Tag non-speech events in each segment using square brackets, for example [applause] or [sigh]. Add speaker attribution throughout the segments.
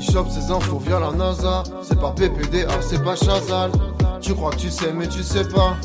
Speaker 1: chope ces infos via la NASA. C'est pas PPDA, c'est pas Chazal. Tu crois que tu sais, mais tu sais pas.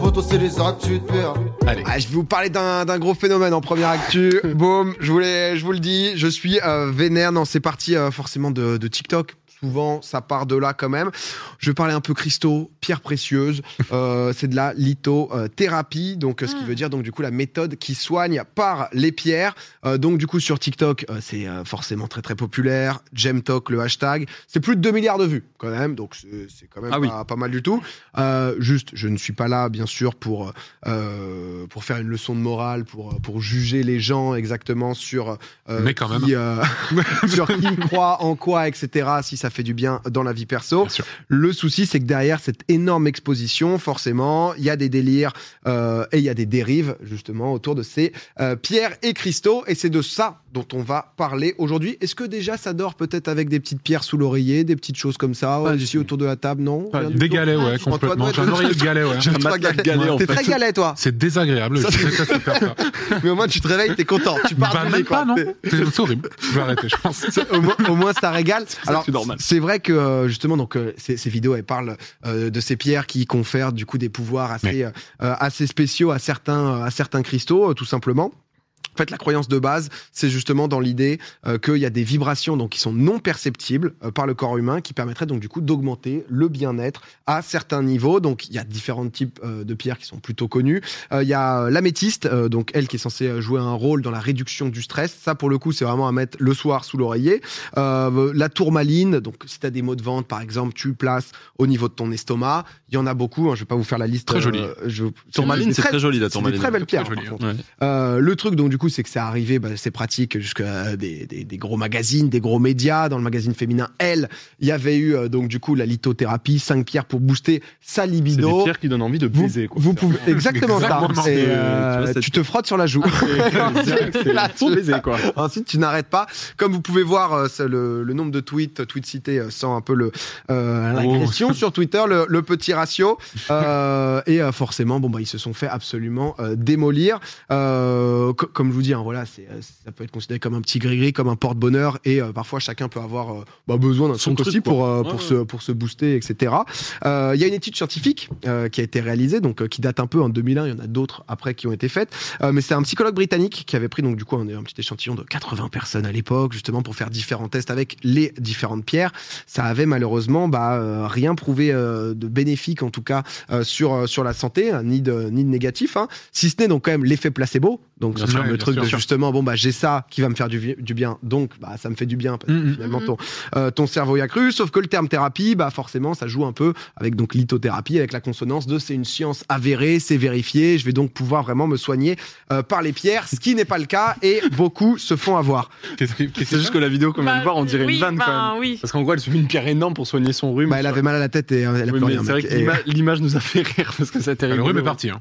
Speaker 1: Poto, c'est les actus de PA.
Speaker 2: Allez.
Speaker 3: Ah, je vais vous parler d'un d'un gros phénomène en première
Speaker 2: [laughs]
Speaker 3: actu. Boum, je, voulais, je vous le dis, je suis euh, vénère. Non, c'est parti euh, forcément de, de TikTok. Souvent, ça part de là quand même. Je vais parler un peu cristaux, pierres
Speaker 2: [laughs]
Speaker 3: précieuses. Euh, c'est de la lithothérapie, donc euh, ce qui
Speaker 4: Ah.
Speaker 3: veut dire donc du coup la méthode qui soigne par les pierres. Euh, donc du coup sur TikTok, euh, c'est euh, forcément très très populaire. Gemtalk, le hashtag, c'est plus de 2 milliards de vues quand même, donc c'est c'est quand même
Speaker 2: Ah
Speaker 3: pas,
Speaker 2: oui.
Speaker 3: pas mal du tout. Euh, juste, je ne suis pas là, bien sûr, pour, euh, pour faire une leçon de morale, pour, euh, pour juger les gens exactement sur, euh,
Speaker 2: Mais quand
Speaker 3: qui, euh, [laughs] sur qui croit en quoi, etc., si ça fait du bien dans la vie perso.
Speaker 2: Bien sûr.
Speaker 3: Le souci, c'est que derrière cette énorme exposition, forcément, il y a des délires euh, et il y a des dérives, justement, autour de ces euh, pierres et cristaux. Et c'est de ça dont on va parler aujourd'hui. Est-ce que déjà, ça dort peut-être avec des petites pierres sous l'oreiller, des petites choses comme ça,
Speaker 2: Pas
Speaker 3: euh,
Speaker 2: du
Speaker 3: ici
Speaker 2: tout.
Speaker 3: autour de la table, non Rien du
Speaker 2: Des hein.
Speaker 3: tout
Speaker 2: galets, ouais,
Speaker 3: Antoine,
Speaker 2: complètement.
Speaker 3: ouais,
Speaker 2: J'ai un oreiller de galet, ouais.
Speaker 3: J'ai un matelas de galet,
Speaker 2: en
Speaker 3: T'es
Speaker 2: fait.
Speaker 3: très galet,
Speaker 2: [laughs]
Speaker 3: toi.
Speaker 2: C'est désagréable.
Speaker 3: Ça,
Speaker 2: je déteste les faire ça.
Speaker 3: Mais au moins, tu te réveilles, t'es content. [laughs] Tu pars
Speaker 2: Bah,
Speaker 3: du
Speaker 2: même
Speaker 3: lit, quoi.
Speaker 2: pas, non.
Speaker 3: T'es-
Speaker 2: C'est c'est horrible. Je vais arrêter, je
Speaker 3: [laughs]
Speaker 2: pense.
Speaker 3: au, moins, au moins, ça régale. Alors,
Speaker 5: c'est normal.
Speaker 3: c'est vrai que euh, justement, donc euh, ces, ces vidéos, elles parlent euh, de ces pierres qui confèrent du coup des pouvoirs assez, euh, euh, assez spéciaux à certains, à certains cristaux, euh, tout simplement. En fait, la croyance de base, c'est justement dans l'idée euh, qu'il y a des vibrations donc qui sont non perceptibles euh, par le corps humain, qui permettraient donc du coup d'augmenter le bien-être à certains niveaux. Donc, il y a différents types euh, de pierres qui sont plutôt connus. Euh, Il y a euh, l'améthyste, euh, donc elle qui est censée euh, jouer un rôle dans la réduction du stress. Ça, pour le coup, c'est vraiment à mettre le soir sous l'oreiller. Euh, la tourmaline, donc si tu as des maux de vente, par exemple, tu places au niveau de ton estomac. Il y en a beaucoup, hein, je vais pas vous faire la liste.
Speaker 2: Très joli.
Speaker 3: je-
Speaker 5: Tourmaline,
Speaker 3: des
Speaker 5: c'est très joli la
Speaker 3: c'est des
Speaker 5: tourmaline.
Speaker 3: très belles pierres.
Speaker 2: Très joli,
Speaker 3: par
Speaker 2: hein.
Speaker 3: contre. Euh, le truc, donc, du coup, c'est que c'est arrivé, bah, c'est pratique jusqu'à des, des- des gros magazines, des gros médias. Dans le magazine féminin Elle, il y avait eu, euh, donc, du coup, la lithothérapie, 5 pierres pour booster sa
Speaker 5: C'est
Speaker 3: libido.
Speaker 5: des pierres qui donnent envie de
Speaker 3: Vous- [laughs]
Speaker 5: baiser. quoi.
Speaker 3: Vous
Speaker 5: C'est
Speaker 3: pouvez exactement,
Speaker 2: Exactement.
Speaker 3: ça. Et,
Speaker 5: C'est-
Speaker 3: euh,
Speaker 5: tu vois, ça-
Speaker 3: tu te frottes sur la
Speaker 5: [laughs]
Speaker 3: joue.
Speaker 5: vraiment- c'est-
Speaker 3: [laughs]
Speaker 5: c'est-
Speaker 3: Là,
Speaker 5: Pour
Speaker 3: tu-
Speaker 5: baiser, quoi.
Speaker 3: Ensuite, tu n'arrêtes pas. Comme vous pouvez voir, euh, c'est le, le nombre de tweets, euh, tweets cités euh, sans un peu le euh,
Speaker 2: Oh.
Speaker 3: l'agression sur Twitter, le, le petit ratio. Euh, et euh, forcément, bon bah ils se sont fait absolument euh, démolir. Euh, co- comme je vous dis, hein, voilà, c'est, euh, ça peut être considéré comme un petit gris-gris, comme un porte-bonheur, et euh, parfois chacun peut avoir euh, bah, besoin d'un
Speaker 2: Son
Speaker 3: truc,
Speaker 2: truc,
Speaker 3: aussi
Speaker 2: quoi.
Speaker 3: pour euh, pour
Speaker 5: Ouais,
Speaker 3: se pour se booster, etc. Euh, Il y a une étude scientifique euh, qui a été réalisée, donc euh, qui date un peu en 2001. Il y en a d'autres après qui ont été faites. Euh, mais c'est un psychologue britannique qui avait pris donc du coup un, un petit échantillon de 80 personnes à l'époque justement pour faire différents tests avec les différentes pierres. Ça avait malheureusement bah, euh, rien prouvé euh, de bénéfique en tout cas euh, sur euh, sur la santé, hein, ni de ni de négatif, hein. si ce n'est donc quand même l'effet placebo. Donc
Speaker 2: Bien
Speaker 3: ce
Speaker 2: sûr,
Speaker 3: fameux
Speaker 2: bien
Speaker 3: truc
Speaker 2: sûr,
Speaker 3: de
Speaker 2: sûr.
Speaker 3: justement bon bah j'ai ça qui va me faire du, vi- du bien, donc bah ça me fait du bien parce que
Speaker 2: Mhm.
Speaker 3: finalement
Speaker 4: Mhm.
Speaker 3: ton euh, ton cerveau y a cru. Sauf que le terme thérapie, bah forcément ça joue un peu avec donc lithothérapie avec la consonance de c'est une science avérée, c'est vérifié, je vais donc pouvoir vraiment me soigner euh, par les pierres, ce qui n'est pas le cas et beaucoup se font avoir.
Speaker 2: Qu'est-ce qui- qu'est-ce
Speaker 5: C'est
Speaker 2: que
Speaker 5: juste que la vidéo qu'on vient de voir, on dirait
Speaker 4: oui,
Speaker 5: une vanne
Speaker 4: ben,
Speaker 5: quand même.
Speaker 4: Oui.
Speaker 5: Parce qu'en gros, elle se met une pierre énorme pour soigner son rhume.
Speaker 3: Bah, elle avait mal à la tête et euh, elle a
Speaker 5: Oui,
Speaker 3: plus
Speaker 5: mais
Speaker 3: rien.
Speaker 5: c'est vrai
Speaker 3: mec.
Speaker 5: que
Speaker 3: Et-
Speaker 5: l'ima- l'image nous a fait rire parce que ça a été
Speaker 2: Le
Speaker 5: rigolo.
Speaker 2: rhume est parti. Hein.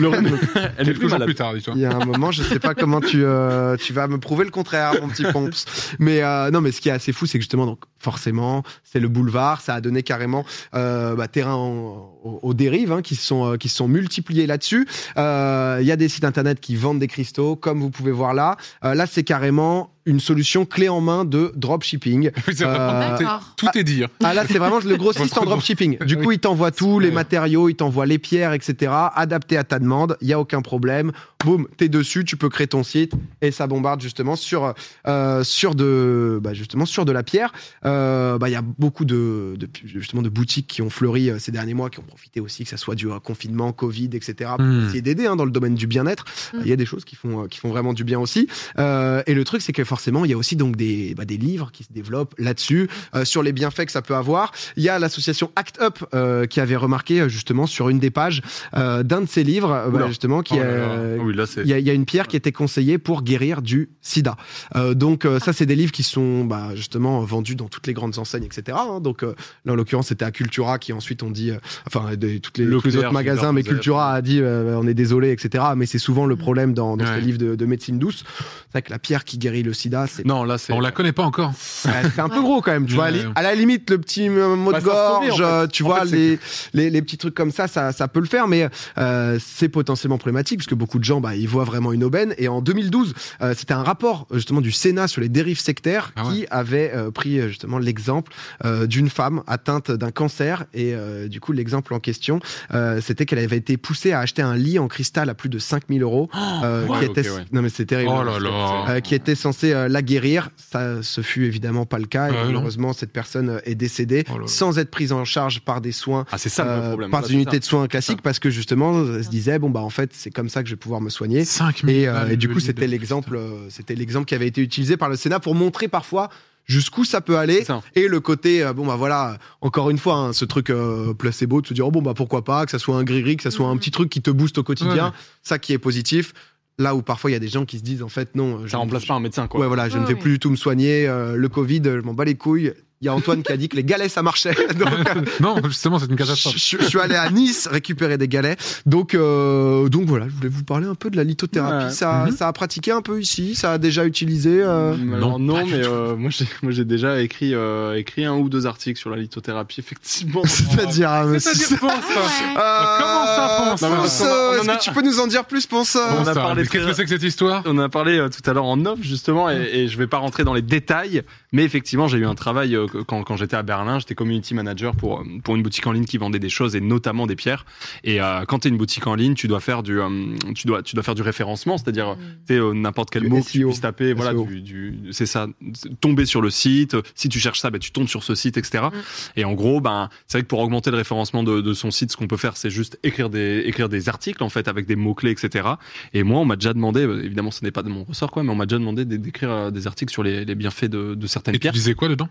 Speaker 5: Le rhume, elle est plus
Speaker 2: Quelques jours
Speaker 5: malade.
Speaker 2: plus tard, dis-toi.
Speaker 3: Il y a un moment, je sais pas comment tu, euh, tu vas me prouver le contraire, mon petit pomps. Mais euh, non, mais ce qui est assez fou, c'est que justement, donc forcément, c'est le boulevard. Ça a donné carrément euh, bah, terrain en- aux, aux dérives hein, qui se sont euh, qui se sont multipliées là-dessus. Euh, Il y a des sites internet qui vendent des cristaux, comme vous pouvez voir là. Euh, là, c'est carrément une solution clé en main de dropshipping.
Speaker 2: Oui, [laughs] c'est vrai.
Speaker 3: Euh,
Speaker 4: D'accord.
Speaker 2: Tout est dit. hein.
Speaker 3: Ah là, c'est vraiment le grossiste en dropshipping. Du coup, il t'envoie tout, les matériaux, il t'envoie les pierres, etc. Adapté à ta demande, il y a aucun problème. Boum, t'es dessus, tu peux créer ton site et ça bombarde justement sur euh, sur de bah, justement sur de la pierre. Euh, bah, il y a beaucoup de, de- justement de boutiques qui ont fleuri euh, ces derniers mois, qui ont profité aussi que ça soit du euh, confinement, Covid, etc. Pour
Speaker 2: Hmm.
Speaker 3: essayer d'aider hein, dans le domaine du bien-être.
Speaker 4: Mm.
Speaker 3: Euh, Il y a des choses qui font euh, qui font vraiment du bien aussi. Euh, et le truc, c'est que forcément, il y a aussi donc des bah, des livres qui se développent là-dessus euh, sur les bienfaits que ça peut avoir. Il y a l'association Act Up euh, qui avait remarqué euh, justement sur une des pages euh, d'un de ses livres, euh, bah,
Speaker 5: Oula.
Speaker 3: justement, qui
Speaker 2: Oh là là.
Speaker 3: euh,
Speaker 5: Oui, là, c'est.
Speaker 3: il y, a- il y a une pierre qui était conseillée pour guérir du sida. Euh, donc euh, ça, c'est des livres qui sont bah, justement euh, vendus dans toutes les grandes enseignes, etc. hein. donc euh, là, en l'occurrence, c'était à Cultura qui ensuite on dit, euh, enfin, des- toutes les,
Speaker 5: Le
Speaker 3: tous les
Speaker 5: Claire,
Speaker 3: autres magasins,
Speaker 5: Gilbert
Speaker 3: mais
Speaker 5: Joseph.
Speaker 3: Cultura a dit, euh, on est désolé, etc. Mais c'est souvent le problème dans, dans
Speaker 2: Ouais.
Speaker 3: ces livres de, de médecine douce. C'est vrai que la pierre qui guérit le sida, c'est
Speaker 5: Non, là, c'est.
Speaker 2: On la connaît pas encore.
Speaker 3: Ouais, c'est un peu gros quand même, tu vois. à la- À la limite, le petit euh, mot de
Speaker 5: Bah, ça se sauver, en
Speaker 3: gorge,
Speaker 5: fait.
Speaker 3: euh, tu
Speaker 5: En
Speaker 3: vois,
Speaker 5: fait, c'est
Speaker 3: les, les, les petits trucs comme ça, ça, ça peut le faire, mais euh, c'est potentiellement problématique parce que beaucoup de gens, bah, il voit vraiment une aubaine. Et en 2012, euh, c'était un rapport euh, justement du Sénat sur les dérives sectaires
Speaker 2: Ah
Speaker 3: qui avait euh, pris euh, justement l'exemple euh, d'une femme atteinte d'un cancer. Et euh, du coup, l'exemple en question, euh, c'était qu'elle avait été poussée à acheter un lit en cristal à plus de 5000 euros. euh,
Speaker 5: ouais,
Speaker 3: qui
Speaker 5: ok,
Speaker 3: était...
Speaker 5: ouais.
Speaker 3: Non mais c'est terrible.
Speaker 2: Oh là là.
Speaker 3: Euh, qui était censé euh, la guérir. Ça, ce fut évidemment pas le cas. Et
Speaker 2: Ah, non.
Speaker 3: malheureusement, cette personne euh, est décédée
Speaker 2: Oh là là.
Speaker 3: sans être prise en charge par des soins.
Speaker 5: Ah, c'est ça le vrai
Speaker 3: euh,
Speaker 5: problème.
Speaker 3: par
Speaker 5: Ouais,
Speaker 3: des
Speaker 5: c'est
Speaker 3: unités
Speaker 5: ça.
Speaker 3: de soins classiques parce que justement elle se disait bon bah en fait c'est comme ça que je vais pouvoir me soigner et, euh, et du coup c'était l'exemple euh, c'était l'exemple qui avait été utilisé par le Sénat pour montrer parfois jusqu'où ça peut aller
Speaker 5: C'est ça.
Speaker 3: et le côté euh, bon bah voilà encore une fois hein, ce truc euh, placebo de se dire oh, bon bah pourquoi pas que ça soit un gris que ça soit un
Speaker 5: Mm-hmm.
Speaker 4: Mhm.
Speaker 3: petit truc qui te booste au quotidien
Speaker 2: Ouais.
Speaker 3: ça qui est positif là où parfois il y a des gens qui se disent en fait non euh, je-
Speaker 5: Ça remplace pas un médecin, quoi.
Speaker 3: Ouais, voilà, je ne
Speaker 4: Ouais,
Speaker 3: vais
Speaker 4: ouais.
Speaker 3: plus du tout me soigner. euh, le Covid, je m'en bats les couilles. Il y a Antoine qui a dit que les galets, ça marchait. [laughs] Donc,
Speaker 5: [laughs]
Speaker 3: euh,
Speaker 2: [laughs] non, justement, c'est une catastrophe.
Speaker 3: je, je suis allé à Nice récupérer des galets. Donc, euh, donc voilà, je voulais vous parler un peu de la lithothérapie.
Speaker 5: Ouais.
Speaker 3: Ça,
Speaker 2: Mhm.
Speaker 3: ça a pratiqué un peu ici, ça a déjà utilisé. euh,
Speaker 5: Mm,
Speaker 2: Non,
Speaker 5: alors non,
Speaker 2: pas du
Speaker 5: mais
Speaker 2: tout.
Speaker 5: euh, moi j'ai moi, j'ai déjà écrit euh, écrit un ou deux articles sur la lithothérapie effectivement.
Speaker 3: [laughs] C'est-à-dire. hein, mais
Speaker 2: [laughs] C'est-à-dire quoi,
Speaker 4: Ah ouais.
Speaker 3: Euh,
Speaker 2: Comment ça, Ponce
Speaker 3: Ponce,
Speaker 5: Non, mais parce qu'on a- on
Speaker 3: Est-ce
Speaker 5: en a-
Speaker 3: que tu peux nous en dire plus, Ponce
Speaker 5: On a
Speaker 2: ça,
Speaker 5: parlé
Speaker 2: mais
Speaker 5: très-
Speaker 2: Qu'est-ce que c'est que cette histoire
Speaker 5: On en a parlé euh, tout à l'heure en off justement et, et je vais pas rentrer dans les détails, mais effectivement j'ai eu un travail euh, que- quand, quand j'étais à Berlin, j'étais community manager pour euh, pour une boutique en ligne qui vendait des choses et notamment des pierres. Et euh, quand t'es une boutique en ligne, tu dois faire du euh, tu dois tu dois faire du référencement, c'est-à-dire tu sais, euh, n'importe quel
Speaker 3: Du
Speaker 5: mot que tu
Speaker 3: SEO.
Speaker 5: puisses taper, voilà,
Speaker 3: SEO.
Speaker 5: du, du- c'est ça, C'est tomber sur le site. euh, Si tu cherches ça, ben, tu tombes sur ce site, etc. Et en gros, ben, c'est vrai que pour augmenter le référencement de, de son site, ce qu'on peut faire, c'est juste écrire des, écrire des articles, en fait, avec des mots-clés, etc. Et moi, on m'a déjà demandé, euh, évidemment, ce n'est pas de mon ressort, quoi, mais on m'a déjà demandé d'é- d'écrire euh, des articles sur les, les bienfaits de, de certaines
Speaker 2: Et tu
Speaker 5: pierres.
Speaker 2: disais quoi dedans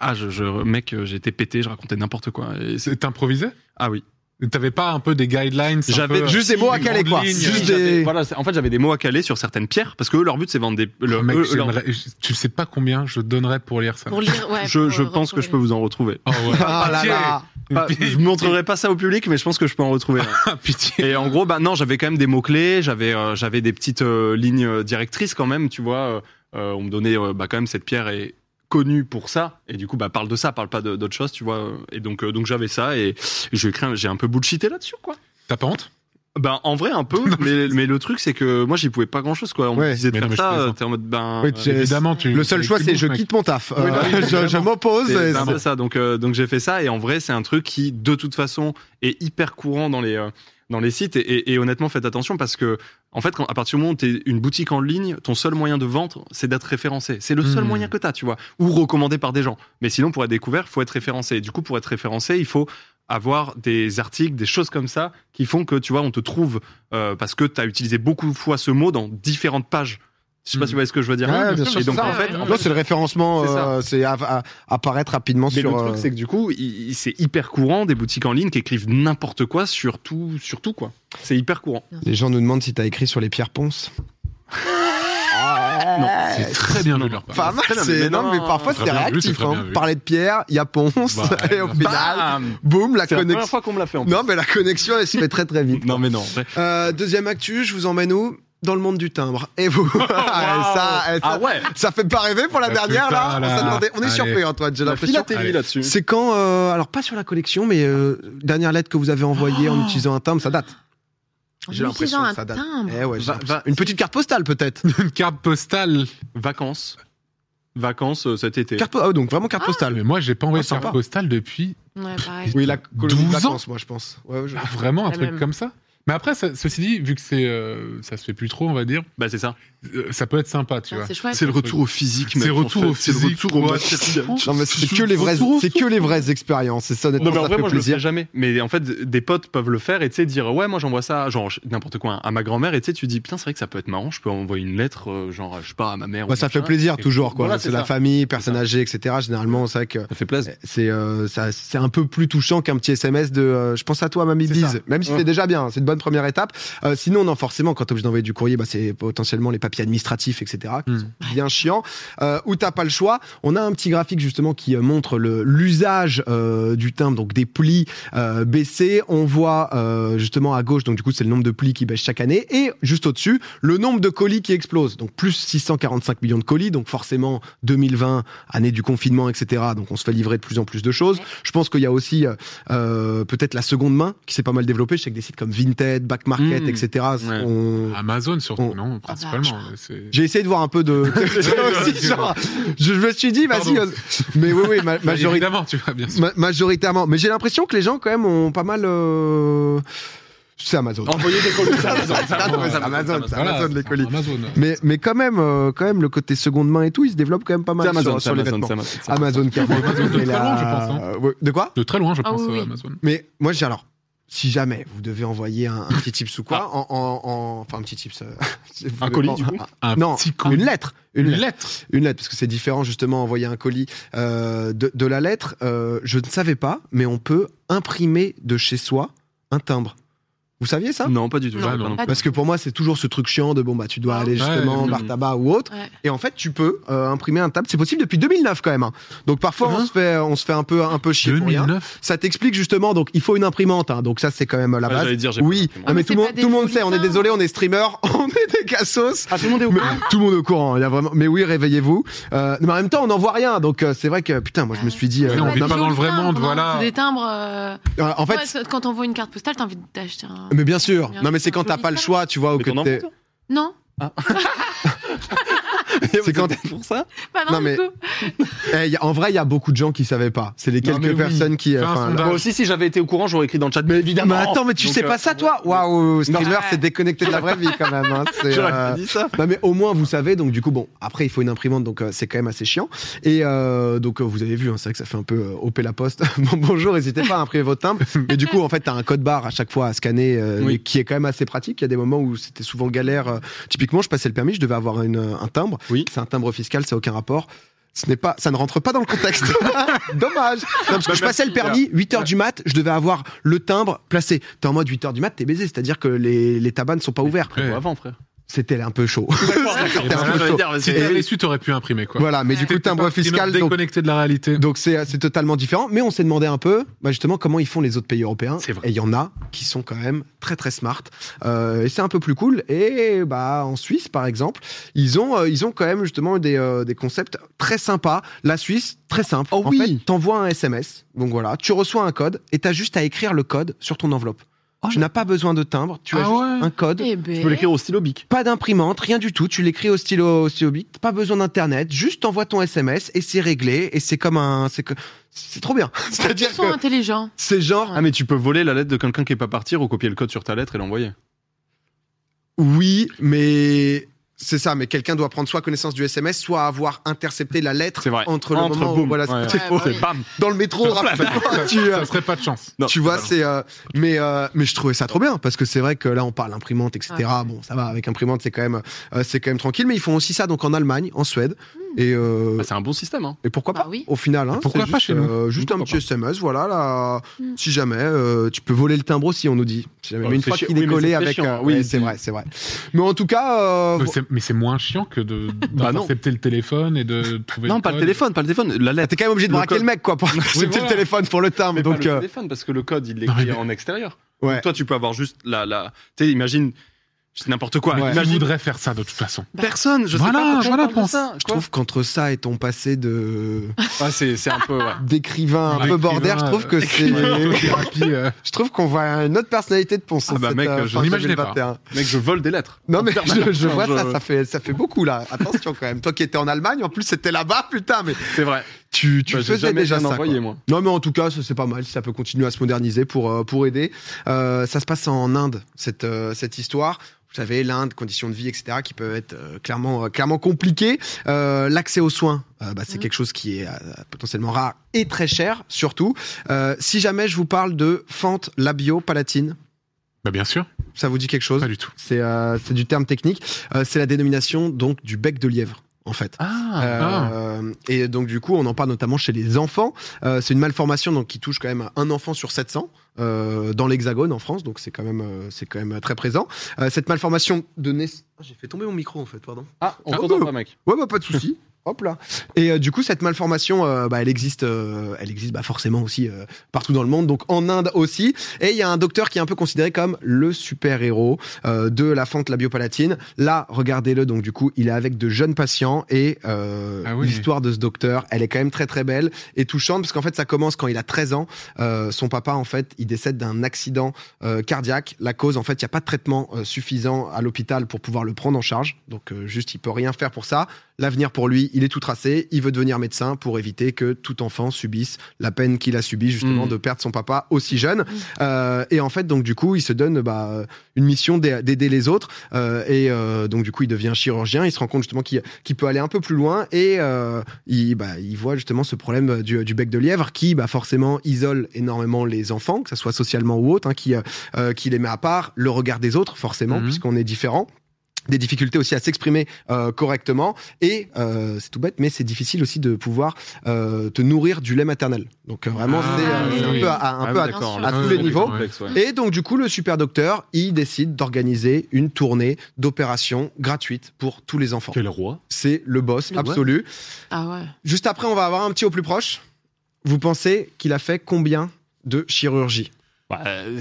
Speaker 5: Ah, je, je- mec, euh, j'étais pété, je racontais n'importe quoi.
Speaker 2: [laughs]
Speaker 5: Et c'est-
Speaker 2: T'improvisais
Speaker 5: ah oui.
Speaker 2: T'avais pas un peu des guidelines un
Speaker 5: J'avais
Speaker 2: peu-
Speaker 3: juste des mots à
Speaker 2: une
Speaker 3: caler,
Speaker 2: grande
Speaker 3: quoi.
Speaker 2: ligne
Speaker 3: Juste
Speaker 5: Si,
Speaker 3: des-
Speaker 5: j'avais- voilà, c'est- en fait, j'avais des mots à caler sur certaines pierres parce que eux, leur but, c'est vendre des. leur-
Speaker 2: Oh, mec,
Speaker 5: eux, leur-
Speaker 2: j'aimerais- Tu sais pas combien je donnerais pour lire ça.
Speaker 4: Pour lire, ouais,
Speaker 5: je
Speaker 4: pour,
Speaker 5: je
Speaker 4: euh,
Speaker 5: pense que je peux
Speaker 4: retrouver.
Speaker 5: vous en retrouver.
Speaker 2: Oh ouais.
Speaker 3: Ah là
Speaker 2: Pitié.
Speaker 3: là.
Speaker 5: [laughs] Pas- Bah, je montrerai pas ça au public, mais je pense que je peux en retrouver.
Speaker 2: [laughs]
Speaker 5: un.
Speaker 2: Pitié.
Speaker 5: Et en gros, bah non, j'avais quand même des mots clés, j'avais euh, j'avais des petites euh, lignes euh, directrices quand même, tu vois. euh, euh, on me donnait euh, bah, quand même cette pierre est connue pour ça, et du coup, bah parle de ça, parle pas de- d'autre chose, tu vois. euh, Et donc euh, donc j'avais ça et j'ai craint, j'ai un peu bullshité là-dessus, quoi.
Speaker 2: T'as pas honte
Speaker 5: Ben en vrai un [laughs] peu, mais, mais le truc c'est que moi j'y pouvais pas grand chose, quoi. On
Speaker 3: Ouais.
Speaker 5: me disait de
Speaker 2: Mais non,
Speaker 5: faire
Speaker 2: mais je
Speaker 5: ça, euh,
Speaker 2: plaisante.
Speaker 5: t'es en mode ben.
Speaker 3: Oui,
Speaker 5: euh,
Speaker 3: C'est-
Speaker 2: Évidemment, tu.
Speaker 3: Le seul choix, c'est je quitte mon taf.
Speaker 5: Oui, bah oui,
Speaker 3: Euh, je
Speaker 5: évidemment.
Speaker 3: je m'oppose.
Speaker 5: C'est
Speaker 3: et
Speaker 5: c'est un
Speaker 3: c'est
Speaker 5: peu ça. Donc, euh, donc j'ai fait ça et en vrai, c'est un truc qui, de toute façon, est hyper courant dans les, euh, dans les sites. Et, et- et honnêtement, faites attention parce que, en fait, quand, à partir du moment où tu es une boutique en ligne, ton seul moyen de vente, c'est d'être référencé. C'est le
Speaker 3: Mmh.
Speaker 5: seul
Speaker 2: Hmm.
Speaker 5: moyen que tu as, tu vois, ou recommandé par des gens. Mais sinon, pour être découvert, faut être référencé. Et du coup, pour être référencé, il faut avoir des articles, des choses comme ça qui font que, tu vois, on te trouve euh, parce que tu as utilisé beaucoup de fois ce mot dans différentes pages. Je sais pas
Speaker 2: Hmm.
Speaker 5: si vous voyez ce que je veux dire.
Speaker 3: Mmh. Ouais, bien
Speaker 5: et
Speaker 3: sûr, c'est
Speaker 5: donc,
Speaker 3: ça.
Speaker 5: en fait, en
Speaker 3: Non, c'est le référencement,
Speaker 5: C'est ça.
Speaker 3: euh, c'est à- à- apparaître rapidement
Speaker 5: Mais
Speaker 3: sur.
Speaker 5: le truc,
Speaker 3: euh,
Speaker 5: c'est que du coup, il- il- c'est hyper courant des boutiques en ligne qui écrivent n'importe quoi sur tout, sur tout quoi. C'est hyper courant.
Speaker 3: Les gens nous demandent si t'as écrit sur les pierres ponces.
Speaker 5: Non,
Speaker 2: C'est très
Speaker 3: Ah.
Speaker 2: bien vu de leur part.
Speaker 3: Pas mal,
Speaker 5: très bien,
Speaker 3: c'est
Speaker 5: mais
Speaker 3: non,
Speaker 5: non,
Speaker 3: mais parfois c'est
Speaker 2: très bien vu, c'est
Speaker 3: réactif.
Speaker 2: très
Speaker 3: hein.
Speaker 2: bien vu.
Speaker 3: Parler de pierre, il y a ponce,
Speaker 2: Bah,
Speaker 3: [laughs] et au
Speaker 2: bah,
Speaker 3: final,
Speaker 5: Bam
Speaker 3: boum, la
Speaker 5: c'est la première
Speaker 3: connexion.
Speaker 5: fois qu'on me l'a fait en plus.
Speaker 3: Non, mais la connexion, elle se fait très très vite.
Speaker 5: Non, mais non. en vrai.
Speaker 3: Euh, deuxième actu, je vous emmène où Dans le monde du timbre. Et vous ça, eh, ça,
Speaker 5: ah ouais.
Speaker 3: ça fait pas rêver pour la
Speaker 2: Ah,
Speaker 3: dernière là.
Speaker 2: putain,
Speaker 3: On,
Speaker 2: là.
Speaker 3: s'attendait- on est
Speaker 2: Allez.
Speaker 3: surpris, hein, Antoine. J'ai
Speaker 5: Bah, La
Speaker 3: l'impression.
Speaker 5: philatélie
Speaker 2: Allez.
Speaker 5: là-dessus.
Speaker 3: C'est quand euh, Alors pas sur la collection, mais euh, dernière lettre que vous avez envoyée en
Speaker 4: Oh
Speaker 3: utilisant un timbre, ça date. J'ai
Speaker 4: En
Speaker 3: l'impression
Speaker 4: utilisant
Speaker 3: que
Speaker 4: un
Speaker 3: ça date.
Speaker 4: timbre.
Speaker 3: Eh ouais, j'ai
Speaker 5: Va-
Speaker 3: l'impression.
Speaker 5: va-
Speaker 3: Une petite carte postale peut-être.
Speaker 2: Une carte postale.
Speaker 5: Vacances. Vacances euh, cet été.
Speaker 3: Carte po- ah, donc vraiment carte postale.
Speaker 2: Mais moi, j'ai pas envoyé
Speaker 3: Ah,
Speaker 2: de carte
Speaker 3: sympa.
Speaker 2: postale depuis
Speaker 4: Ouais, pareil.
Speaker 3: Oui, la colonie
Speaker 2: 12
Speaker 3: de
Speaker 2: ans
Speaker 3: vacances, moi, je pense. Ouais, je-
Speaker 2: Ah, vraiment un
Speaker 4: La
Speaker 2: truc
Speaker 4: même.
Speaker 2: comme ça. Mais après, ça- ceci dit, vu que c'est, euh, ça se fait plus trop, on va dire,
Speaker 5: Bah c'est ça.
Speaker 2: euh, ça peut être sympa, tu
Speaker 4: Non,
Speaker 2: vois.
Speaker 4: Ah, C'est chouette.
Speaker 5: C'est le retour au physique. mec,
Speaker 2: C'est
Speaker 5: en
Speaker 2: retour
Speaker 5: fait.
Speaker 2: au
Speaker 5: C'est le
Speaker 2: physique,
Speaker 5: retour au
Speaker 2: ouais.
Speaker 5: matériel.
Speaker 3: Non, mais c'est que les vraies, c'est que les vraies expériences. C'est ça, honnêtement,
Speaker 5: Non, mais en
Speaker 3: ça
Speaker 5: vrai,
Speaker 3: fait
Speaker 5: moi, je le
Speaker 3: plaisir.
Speaker 5: ferai jamais. Mais en fait, des potes peuvent le faire et tu sais, dire Ouais, moi, j'envoie ça, genre, je- n'importe quoi, à ma grand-mère. Et tu sais, tu dis Putain, c'est vrai que ça peut être marrant, je peux envoyer une lettre, euh, genre, je sais pas, à ma mère.
Speaker 3: Ouais,
Speaker 5: ou
Speaker 3: ça fait
Speaker 5: machin.
Speaker 3: plaisir
Speaker 5: Et-
Speaker 3: toujours, quoi.
Speaker 5: Voilà,
Speaker 3: c'est la
Speaker 5: ça.
Speaker 3: famille, personnes
Speaker 5: C'est ça.
Speaker 3: âgées, etc. Généralement, c'est vrai que
Speaker 5: Ça fait plaisir.
Speaker 3: c'est euh, ça- c'est un peu plus touchant qu'un petit SMS de euh, je pense à toi, mamie
Speaker 5: C'est ça.
Speaker 3: Bise. Même si
Speaker 5: Ouais.
Speaker 3: c'est déjà bien, hein, c'est une bonne première étape. Euh, sinon, non, forcément, quand t'es obligé d'envoyer du courrier, bah, c'est potentiellement les papiers administratifs, etc. qui
Speaker 2: Hmm.
Speaker 3: sont Bien chiant. Euh, où t'as pas le choix. On a un petit graphique justement qui euh, montre le- l'usage euh, du timbre, donc des plis euh, baissés. On voit euh, justement à gauche, donc du coup, c'est le nombre de plis qui baisse chaque année. Et juste au-dessus, le nombre de colis qui explose. Donc plus 645 millions de colis. Donc forcément, 2020, année du confinement, etc. Donc on se fait livrer de plus en plus de choses. Je pense qu'il y a aussi euh, euh, peut-être la seconde main qui s'est pas mal développée. Je sais que des sites comme Vinted, Back Market,
Speaker 5: Mm.
Speaker 3: etc.
Speaker 5: Ouais.
Speaker 3: on-
Speaker 2: Amazon surtout,
Speaker 5: Oh.
Speaker 3: on-
Speaker 2: non
Speaker 4: bah,
Speaker 2: Principalement. c'est-
Speaker 3: J'ai essayé de voir un peu de. aussi, genre, je me suis dit, vas-y.
Speaker 2: Pardon.
Speaker 3: euh, Mais oui, oui, ma-
Speaker 2: Bah,
Speaker 3: majorita-
Speaker 2: Évidemment, tu vois, bien sûr.
Speaker 3: ma- majoritairement. Mais j'ai l'impression que les gens, quand même, ont pas mal. euh, C'est Amazon.
Speaker 5: Envoyer des colis à [laughs] Amazon.
Speaker 3: C'est Amazon, c'est
Speaker 2: Voilà,
Speaker 3: Amazon, les colis.
Speaker 2: Amazon.
Speaker 3: Mais, mais quand même, euh, quand même, le côté seconde main et tout, il se développe quand même pas mal
Speaker 5: C'est Amazon,
Speaker 3: sur,
Speaker 5: c'est
Speaker 3: sur les
Speaker 5: Amazon,
Speaker 3: vêtements.
Speaker 5: c'est Amazon, c'est Amazon.
Speaker 3: Amazon, carrément.
Speaker 2: Amazon de
Speaker 3: Mais
Speaker 2: très
Speaker 3: la-
Speaker 2: loin, je pense, hein.
Speaker 3: Ouais, De quoi
Speaker 2: De très loin, je
Speaker 4: Ah
Speaker 2: pense,
Speaker 4: oui,
Speaker 2: euh,
Speaker 4: oui.
Speaker 2: Amazon.
Speaker 3: Mais moi, j'ai alors. Si jamais vous devez envoyer un, un petit tips ou quoi, en, en- en- enfin un petit tips, euh, [laughs]
Speaker 5: Ah. Un colis, du coup
Speaker 2: Un
Speaker 3: non,
Speaker 2: petit coup.
Speaker 3: une lettre, une lettre,
Speaker 2: lettre.
Speaker 3: une lettre, parce que c'est différent justement envoyer un colis euh, de, de la lettre. euh, je ne savais pas, mais on peut imprimer de chez soi un timbre. Vous saviez ça
Speaker 5: Non, pas du hein. tout.
Speaker 4: Non,
Speaker 5: j'avais
Speaker 2: non.
Speaker 5: pas
Speaker 4: pas
Speaker 3: Parce que pour moi, c'est toujours ce truc chiant de bon bah tu dois aller
Speaker 2: Ouais,
Speaker 3: justement
Speaker 2: mm.
Speaker 3: bar tabac ou autre.
Speaker 4: Ouais.
Speaker 3: Et en fait, tu peux euh, imprimer un table. C'est possible depuis 2009 quand même. hein. Donc parfois, on
Speaker 2: Hein
Speaker 3: se fait, on se fait un peu, un peu chier pour rien.
Speaker 2: 2009.
Speaker 3: Ça t'explique justement. Donc il faut une imprimante. hein. Donc ça, c'est quand même la
Speaker 5: Ouais,
Speaker 3: base.
Speaker 5: j'allais dire, j'ai
Speaker 3: oui,
Speaker 5: pas
Speaker 3: Ah, mais
Speaker 5: d'imprimante.
Speaker 4: Mais
Speaker 3: tout le
Speaker 4: c'est
Speaker 3: monde,
Speaker 4: pas des
Speaker 3: tout le monde sait.
Speaker 4: bulletins.
Speaker 3: On est désolé, on est streamer, [laughs] on est des cassos.
Speaker 5: Ah, tout le monde est au
Speaker 3: Mais tout le monde est au courant, il y a vraiment... mais oui, réveillez-vous. Euh, mais en même temps, on n'en voit rien, donc euh, c'est vrai que putain, moi je me suis dit.
Speaker 2: Ouais,
Speaker 3: euh,
Speaker 2: on
Speaker 4: Ouais,
Speaker 2: vit
Speaker 4: bah,
Speaker 2: pas
Speaker 4: c'est
Speaker 2: dans le
Speaker 4: des
Speaker 2: vrai
Speaker 4: timbres,
Speaker 2: monde,
Speaker 4: non,
Speaker 2: voilà.
Speaker 4: hein. C'est des timbres. euh,
Speaker 3: euh, en fait, Euh,
Speaker 4: ouais, c'est- quand on voit une carte postale, t'as envie d'acheter un.
Speaker 3: mais bien sûr.
Speaker 4: Bien
Speaker 3: Non, mais
Speaker 4: sûr,
Speaker 3: c'est quand
Speaker 4: je
Speaker 3: t'as
Speaker 4: lis
Speaker 3: pas le
Speaker 4: pas.
Speaker 3: choix, tu vois, ou
Speaker 5: Mais
Speaker 3: que
Speaker 5: ton enfant,
Speaker 3: Ah, t'es.
Speaker 5: toi
Speaker 4: Non,
Speaker 3: C'est quand-
Speaker 5: C'était pour ça
Speaker 4: bah non,
Speaker 3: Non,
Speaker 4: du
Speaker 3: mais-
Speaker 4: coup.
Speaker 3: Eh, y a- en vrai, il y a beaucoup de gens qui savaient pas. C'est les
Speaker 2: Non,
Speaker 3: quelques
Speaker 2: mais oui.
Speaker 3: personnes qui. euh,
Speaker 2: Fais un
Speaker 3: enfin,
Speaker 2: sondage.
Speaker 5: Moi aussi, si j'avais été au courant, j'aurais écrit dans le chat. Mais évidemment.
Speaker 3: Mais attends, mais tu
Speaker 5: Donc,
Speaker 3: sais
Speaker 5: euh,
Speaker 3: pas ça, toi Waouh, streamer,
Speaker 4: Ouais.
Speaker 3: c'est déconnecté de la vraie vie quand même. hein. C'est,
Speaker 5: [laughs] J'aurais
Speaker 3: euh,
Speaker 5: pas dit ça.
Speaker 3: Non mais au moins vous savez donc du coup bon après il faut une imprimante donc euh, c'est quand même assez chiant et euh, donc euh, vous avez vu hein, c'est vrai que ça fait un peu euh, OP la poste [laughs] bon, bonjour n'hésitez pas à imprimer votre timbre mais du coup en fait t'as un code barre à chaque fois à scanner euh,
Speaker 5: Oui.
Speaker 3: mais qui est quand même assez pratique il y a des moments où c'était souvent galère euh, typiquement je passais le permis je devais avoir une, euh, un timbre
Speaker 5: Oui.
Speaker 3: c'est un timbre fiscal ça n'a aucun rapport ce n'est pas, ça ne rentre pas dans le contexte. [laughs] Dommage. Non, parce
Speaker 5: Bah,
Speaker 3: que je passais le permis, 8h du mat, je devais avoir le timbre placé. T'es en mode 8h du mat, t'es baisé. C'est-à-dire que les, les tabacs ne sont pas ouverts.
Speaker 2: Ouais.
Speaker 5: Bon, avant,
Speaker 3: [laughs]
Speaker 5: frère.
Speaker 3: C'était un peu chaud.
Speaker 2: Et
Speaker 3: T'es un
Speaker 2: voilà,
Speaker 3: peu chaud.
Speaker 2: Si
Speaker 3: Et-
Speaker 2: t'avais su, t'aurais pu imprimer, quoi.
Speaker 3: Voilà, mais du coup, timbre fiscal, donc
Speaker 2: déconnecté de la réalité.
Speaker 3: donc c'est c'est totalement différent. Mais on s'est demandé un peu, bah, justement, comment ils font les autres pays européens.
Speaker 5: C'est vrai.
Speaker 3: Et il y en a qui sont quand même très très smart. Euh, et c'est un peu plus cool. Et bah en Suisse, par exemple, ils ont euh, ils ont quand même justement des, euh, des concepts très sympas. La Suisse, très simple.
Speaker 5: Oh
Speaker 3: en
Speaker 5: oui.
Speaker 3: fait, t'envoies un SMS. Donc voilà, tu reçois un code et t'as juste à écrire le code sur ton enveloppe. tu n'as pas besoin de timbre. Tu as
Speaker 2: Ah
Speaker 3: juste
Speaker 2: ouais.
Speaker 3: un code.
Speaker 4: Eh
Speaker 5: Tu
Speaker 4: ben.
Speaker 5: peux l'écrire au stylo bic.
Speaker 3: Pas d'imprimante, rien du tout. Tu l'écris au stylo, au stylo bic. Pas besoin d'internet. Juste envoie ton SMS et c'est réglé. Et c'est comme un, c'est que, c'est trop bien. [laughs] C'est-à-dire
Speaker 4: Ils sont
Speaker 3: que
Speaker 4: intelligents.
Speaker 3: c'est genre,
Speaker 5: Ah, mais tu peux voler la lettre de quelqu'un qui est pas parti, recopier le code sur ta lettre et l'envoyer.
Speaker 3: oui, mais c'est ça. Mais quelqu'un doit prendre soit connaissance du SMS, soit avoir intercepté la lettre
Speaker 5: C'est vrai.
Speaker 3: entre le
Speaker 5: Entre,
Speaker 3: moment où-
Speaker 5: boum.
Speaker 3: voilà,
Speaker 5: Ouais.
Speaker 3: c'est
Speaker 4: Ouais,
Speaker 3: faux.
Speaker 4: bah oui.
Speaker 5: Bam.
Speaker 3: Dans le métro,
Speaker 5: [laughs]
Speaker 3: rapidement, tu, euh,
Speaker 2: Ça serait pas de chance.
Speaker 5: Non,
Speaker 3: tu vois,
Speaker 5: pardon.
Speaker 3: c'est. euh, mais, euh, mais je trouvais ça trop bien parce que c'est vrai que là, on parle imprimante, etc.
Speaker 4: Ouais.
Speaker 3: Bon, ça va, avec imprimante, c'est quand même, euh, c'est quand même tranquille. Mais ils font aussi ça donc en Allemagne, en Suède. Et, euh,
Speaker 5: Bah, c'est un bon système. Hein.
Speaker 3: Et pourquoi
Speaker 4: Bah
Speaker 3: pas
Speaker 4: oui.
Speaker 3: Au final, hein,
Speaker 2: Et pourquoi
Speaker 3: c'est
Speaker 2: pas
Speaker 3: juste,
Speaker 2: chez nous
Speaker 3: euh, juste un petit
Speaker 2: Pourquoi
Speaker 3: SMS, voilà. Là,
Speaker 4: Mm.
Speaker 3: Si jamais, euh, tu peux voler le timbre aussi, on nous dit. Si jamais.
Speaker 5: Oh,
Speaker 3: mais une
Speaker 5: c'est
Speaker 3: fois
Speaker 5: chiant.
Speaker 3: qu'il
Speaker 5: Oui,
Speaker 3: est
Speaker 5: mais
Speaker 3: collé
Speaker 5: c'est
Speaker 3: avec,
Speaker 5: chiant.
Speaker 3: euh,
Speaker 5: Oui,
Speaker 3: ouais,
Speaker 5: c'est-
Speaker 3: c'est vrai, c'est vrai. Mais en tout cas, euh,
Speaker 2: Mais
Speaker 3: vo-
Speaker 2: c'est- Mais c'est moins chiant que de
Speaker 3: [laughs]
Speaker 5: Bah non.
Speaker 2: d'accepter le téléphone et de trouver.
Speaker 5: Non, pas le
Speaker 2: code.
Speaker 5: téléphone, pas le téléphone. La
Speaker 3: ah,
Speaker 5: lettre.
Speaker 3: t'es quand même obligé de
Speaker 5: Le
Speaker 3: braquer
Speaker 5: code.
Speaker 3: le mec, quoi, pour accepter
Speaker 2: voilà.
Speaker 3: le téléphone pour le timbre.
Speaker 5: Mais pas
Speaker 3: donc,
Speaker 5: le
Speaker 3: euh,
Speaker 5: téléphone parce que le code il
Speaker 2: Non, mais-
Speaker 5: l'écrit en extérieur.
Speaker 3: ouais.
Speaker 5: Toi tu peux avoir juste la la tu sais imagine c'est n'importe quoi.
Speaker 3: Ouais.
Speaker 2: Je
Speaker 5: Imagine
Speaker 2: voudrais faire ça de toute façon.
Speaker 5: personne, je
Speaker 2: Voilà,
Speaker 5: sais pas
Speaker 2: voilà,
Speaker 5: pourquoi on parle de
Speaker 2: pense.
Speaker 5: ça.
Speaker 3: Je trouve qu'entre ça et ton passé
Speaker 4: [laughs]
Speaker 3: de
Speaker 5: Ah, c'est c'est un peu ouais.
Speaker 3: d'écrivain un peu border, je trouve que c'est,
Speaker 2: [laughs] Thérapie, euh.
Speaker 3: je trouve qu'on voit une autre personnalité de Ponce.
Speaker 5: Ah bah,
Speaker 3: cette,
Speaker 5: mec,
Speaker 3: euh,
Speaker 5: je
Speaker 3: fin
Speaker 2: n'imaginais pas.
Speaker 3: 2021.
Speaker 5: [laughs] Mec, je vole des lettres.
Speaker 3: Non mais je, je
Speaker 5: Enfin,
Speaker 3: vois
Speaker 5: je-
Speaker 3: ça, ça fait ça fait beaucoup là. Attention quand même. Toi qui étais en Allemagne, en plus c'était là-bas, putain. Mais
Speaker 5: C'est vrai.
Speaker 3: tu tu
Speaker 5: Bah, j'ai
Speaker 3: faisais
Speaker 5: jamais
Speaker 3: déjà
Speaker 5: rien
Speaker 3: ça.
Speaker 5: envoyé,
Speaker 3: quoi.
Speaker 5: moi.
Speaker 3: Non, mais en tout cas, ça, c'est pas mal. Si ça peut continuer à se moderniser pour, euh, pour aider. Euh, ça se passe en Inde, cette, euh, cette histoire. Vous savez, l'Inde, conditions de vie, etc., qui peuvent être euh, clairement, euh, clairement compliquées. Euh, L'accès aux soins, euh, bah, c'est
Speaker 4: Mhm.
Speaker 3: quelque chose qui est euh, potentiellement rare et très cher, surtout. Euh, si jamais je vous parle de fente labio-palatine,
Speaker 2: Bah bien sûr,
Speaker 3: ça vous dit quelque chose
Speaker 2: pas du tout.
Speaker 3: C'est euh, c'est du terme technique. Euh, c'est la dénomination donc du bec de lièvre, en fait.
Speaker 5: Ah,
Speaker 3: Euh, et donc du coup, on en parle notamment chez les enfants. Euh, c'est une malformation donc qui touche quand même un enfant sur 700 euh, dans l'Hexagone en France, donc c'est quand même euh, c'est quand même très présent. Euh, cette malformation de naissance. J'ai Ah, fait tomber mon micro en fait, pardon.
Speaker 5: ah on
Speaker 2: Ah,
Speaker 5: t'entend
Speaker 3: ouh.
Speaker 5: pas mec.
Speaker 3: Ouais, bah, pas de souci. Hop là. Et euh, du coup, cette malformation, euh, bah, elle existe, euh, elle existe bah, forcément aussi euh, partout dans le monde, donc en Inde aussi. Et il y a un docteur qui est un peu considéré comme le super-héros euh, de la fente labiopalatine. Là, regardez-le, donc du coup, il est avec de jeunes patients et euh,
Speaker 2: Ah oui.
Speaker 3: l'histoire de ce docteur, elle est quand même très très belle et touchante, parce qu'en fait, ça commence quand il a 13 ans. Euh, son papa, en fait, il décède d'un accident euh, cardiaque. La cause, en fait, il n'y a pas de traitement euh, suffisant à l'hôpital pour pouvoir le prendre en charge. Donc, euh, juste, il peut rien faire pour ça. L'avenir pour lui, il est tout tracé. Il veut devenir médecin pour éviter que tout enfant subisse la peine qu'il a subie, justement,
Speaker 5: Mhm.
Speaker 3: de perdre son papa aussi jeune. Euh, et en fait, donc, du coup, il se donne bah, euh, une mission d'a- d'aider les autres. Euh, et euh, donc, du coup, il devient chirurgien. Il se rend compte, justement, qu'il qu'il peut aller un peu plus loin. Et euh, il, bah, il voit, justement, ce problème euh, du, du bec de lièvre qui, bah, forcément, isole énormément les enfants, que ce soit socialement ou autre, hein, qui, euh, euh, qui les met à part, le regard des autres, forcément,
Speaker 5: Mhm.
Speaker 3: puisqu'on est différent des difficultés aussi à s'exprimer euh, correctement et euh, c'est tout bête mais c'est difficile aussi de pouvoir euh, te nourrir du lait maternel donc euh, vraiment
Speaker 5: Ah,
Speaker 3: c'est euh,
Speaker 4: oui.
Speaker 3: c'est un peu à, à- un peu à
Speaker 4: d'accord.
Speaker 3: à tous les niveaux. et donc, du coup, le super docteur, il décide d'organiser une tournée d'opérations gratuite pour tous les enfants.
Speaker 5: Quel roi
Speaker 3: C'est le boss
Speaker 4: Le
Speaker 3: absolu.
Speaker 4: Ah ouais.
Speaker 3: Juste après, on va avoir un petit au plus proche. Vous pensez qu'il a fait combien de chirurgies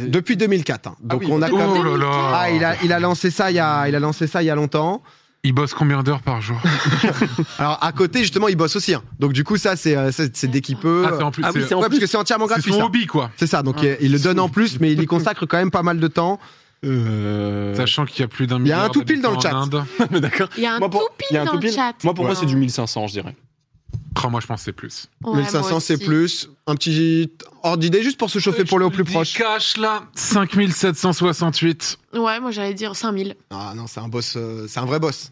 Speaker 3: Depuis 2004. hein. Donc,
Speaker 5: Ah oui,
Speaker 3: on a
Speaker 2: Oh
Speaker 3: quand même-
Speaker 2: là là
Speaker 3: Ah, il a, il a lancé ça il y a, il a lancé ça il y a longtemps.
Speaker 2: Il bosse combien d'heures par jour
Speaker 3: Alors, à côté, justement, il bosse aussi. hein. Donc, du coup, ça, c'est euh, c'est- c'est dès qu'il peut.
Speaker 2: Ah, c'est en plus.
Speaker 5: Ah oui,
Speaker 2: c'est-
Speaker 5: c'est Ah. en
Speaker 3: Ouais, parce
Speaker 5: plus.
Speaker 3: que c'est entièrement
Speaker 2: c'est
Speaker 3: gratuit.
Speaker 2: son
Speaker 3: ça.
Speaker 2: hobby, quoi.
Speaker 3: C'est ça. Donc, il, il le donne en plus, mais il y consacre quand même pas mal de temps.
Speaker 5: Euh,
Speaker 2: Sachant qu'il y a plus d'un
Speaker 3: Il y a
Speaker 2: milliard.
Speaker 3: un tout pile dans le
Speaker 2: d'habitants en Inde.
Speaker 5: mais [laughs] d'accord.
Speaker 4: Il y a un
Speaker 5: Moi, pour-
Speaker 4: tout
Speaker 5: il y a
Speaker 4: pile
Speaker 5: un
Speaker 4: dans
Speaker 5: tout
Speaker 4: le
Speaker 5: pile.
Speaker 4: chat.
Speaker 5: Moi, pour moi,
Speaker 4: Ouais.
Speaker 5: c'est du 1500, je dirais.
Speaker 2: Oh, moi, je pense que c'est plus.
Speaker 4: Ouais, moi
Speaker 3: 1500, c'est
Speaker 4: aussi.
Speaker 3: plus. Un petit ordre d'idée juste pour se chauffer pour le au plus proche.
Speaker 2: Cash là 5768.
Speaker 4: Ouais, moi j'allais dire 5000.
Speaker 3: Ah non, c'est un boss. euh, c'est un vrai boss.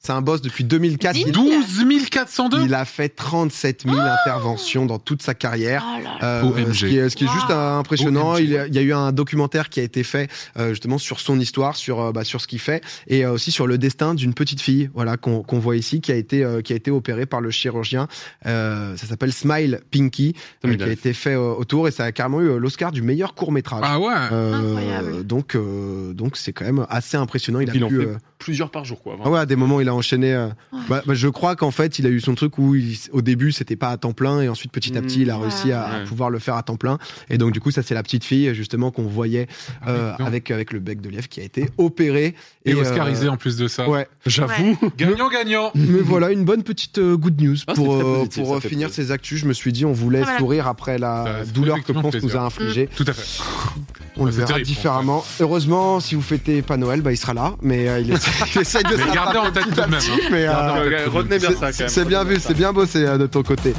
Speaker 3: C'est un boss depuis 2004.
Speaker 4: Dis- Ah
Speaker 3: Il,
Speaker 2: 12 402
Speaker 3: il a fait 37 000 interventions dans toute sa carrière.
Speaker 4: Oh là
Speaker 3: Euh,
Speaker 4: là.
Speaker 2: OMG.
Speaker 3: ce qui est, ce qui est
Speaker 4: Wow.
Speaker 3: juste euh, impressionnant.
Speaker 2: OMG.
Speaker 3: Il y, a, il y a eu un documentaire qui a été fait euh, justement sur son histoire, sur euh, bah, sur ce qu'il fait, et euh, aussi sur le destin d'une petite fille, voilà qu'on qu'on voit ici, qui a été euh, qui a été opérée par le chirurgien. Euh, ça s'appelle Smile Pinky,
Speaker 5: Putain,
Speaker 3: euh,
Speaker 5: mais Ah, il
Speaker 3: qui
Speaker 5: a-
Speaker 3: a été fait euh, autour, et ça a carrément eu euh, l'Oscar du meilleur court métrage.
Speaker 2: Ah ouais
Speaker 4: Incroyable.
Speaker 3: donc euh, donc c'est quand même assez impressionnant. Il a
Speaker 5: Il en
Speaker 3: pu,
Speaker 5: fait
Speaker 3: euh,
Speaker 5: Plusieurs par jour, quoi.
Speaker 3: ah ouais, à des moments, il a enchaîné. euh,
Speaker 4: Ouais.
Speaker 3: bah, bah, je crois qu'en fait, il a eu son truc où il- au début, c'était pas à temps plein, et ensuite, petit à petit, il a
Speaker 4: Mmh.
Speaker 3: réussi à, à
Speaker 5: Ouais.
Speaker 3: pouvoir le faire à temps plein. Et donc, du coup, ça, c'est la petite fille, justement, qu'on voyait
Speaker 5: Ah
Speaker 3: euh,
Speaker 2: non.
Speaker 3: avec, avec le bec de lièvre qui a été opéré.
Speaker 2: Et,
Speaker 3: euh,
Speaker 2: Oscarisé en plus de ça.
Speaker 3: ouais.
Speaker 5: J'avoue.
Speaker 2: Gagnant-gagnant
Speaker 3: [laughs] Mais voilà, une bonne petite euh, good news
Speaker 5: Oh. Ah, c'est
Speaker 3: pour,
Speaker 5: très
Speaker 3: euh,
Speaker 5: positif,
Speaker 3: pour
Speaker 5: ça
Speaker 3: euh,
Speaker 5: fait
Speaker 3: finir
Speaker 5: plaisir.
Speaker 3: ces actus. Je me suis dit, on vous laisse
Speaker 4: Ça va. Mmh.
Speaker 3: sourire après la
Speaker 2: Ça fait
Speaker 3: douleur que
Speaker 2: effectivement
Speaker 3: Ponce nous
Speaker 2: plaisir.
Speaker 3: a infligée.
Speaker 2: Tout à fait.
Speaker 3: On le
Speaker 2: C'est
Speaker 3: verra
Speaker 2: terrible,
Speaker 3: différemment. Heureusement, si vous fêtez pas Noël, bah, il sera là, mais euh, il, essaie, [laughs] il essaie de se
Speaker 2: Mais gardez en
Speaker 3: rattraper
Speaker 2: tête
Speaker 3: petit à
Speaker 2: tout de même, hein.
Speaker 5: Ah,
Speaker 3: petit, mais, euh,
Speaker 5: Retenez bien ça, quand
Speaker 3: C'est
Speaker 5: même.
Speaker 3: c'est bien vu, c'est bien bossé euh, de ton côté.